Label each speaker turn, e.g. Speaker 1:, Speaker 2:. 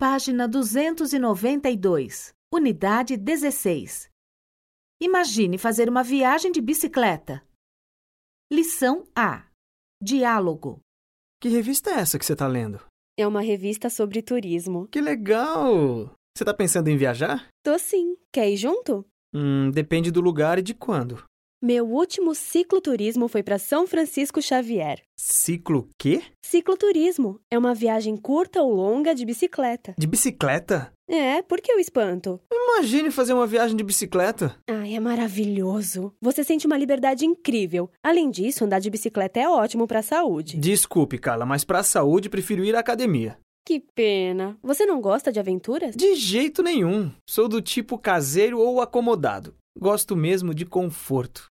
Speaker 1: Página 292, unidade 16. Imagine fazer uma viagem de bicicleta. Lição A. Diálogo.
Speaker 2: Que revista é essa que você tá lendo?
Speaker 3: É uma revista sobre turismo.
Speaker 2: Que legal! Você tá pensando em viajar?
Speaker 3: Tô sim. Quer ir junto?
Speaker 2: Hum, depende do lugar e de quando.
Speaker 3: Meu último cicloturismo foi para São Francisco Xavier.
Speaker 2: Ciclo quê?
Speaker 3: Cicloturismo é uma viagem curta ou longa de bicicleta.
Speaker 2: De bicicleta?
Speaker 3: É, por que o espanto?
Speaker 2: Imagine fazer uma viagem de bicicleta.
Speaker 3: Ai, é maravilhoso. Você sente uma liberdade incrível. Além disso, andar de bicicleta é ótimo para a saúde.
Speaker 2: Desculpe, Carla, mas pra saúde prefiro ir à academia.
Speaker 3: Que pena. Você não gosta de aventuras?
Speaker 2: De jeito nenhum. Sou do tipo caseiro ou acomodado. Gosto mesmo de conforto.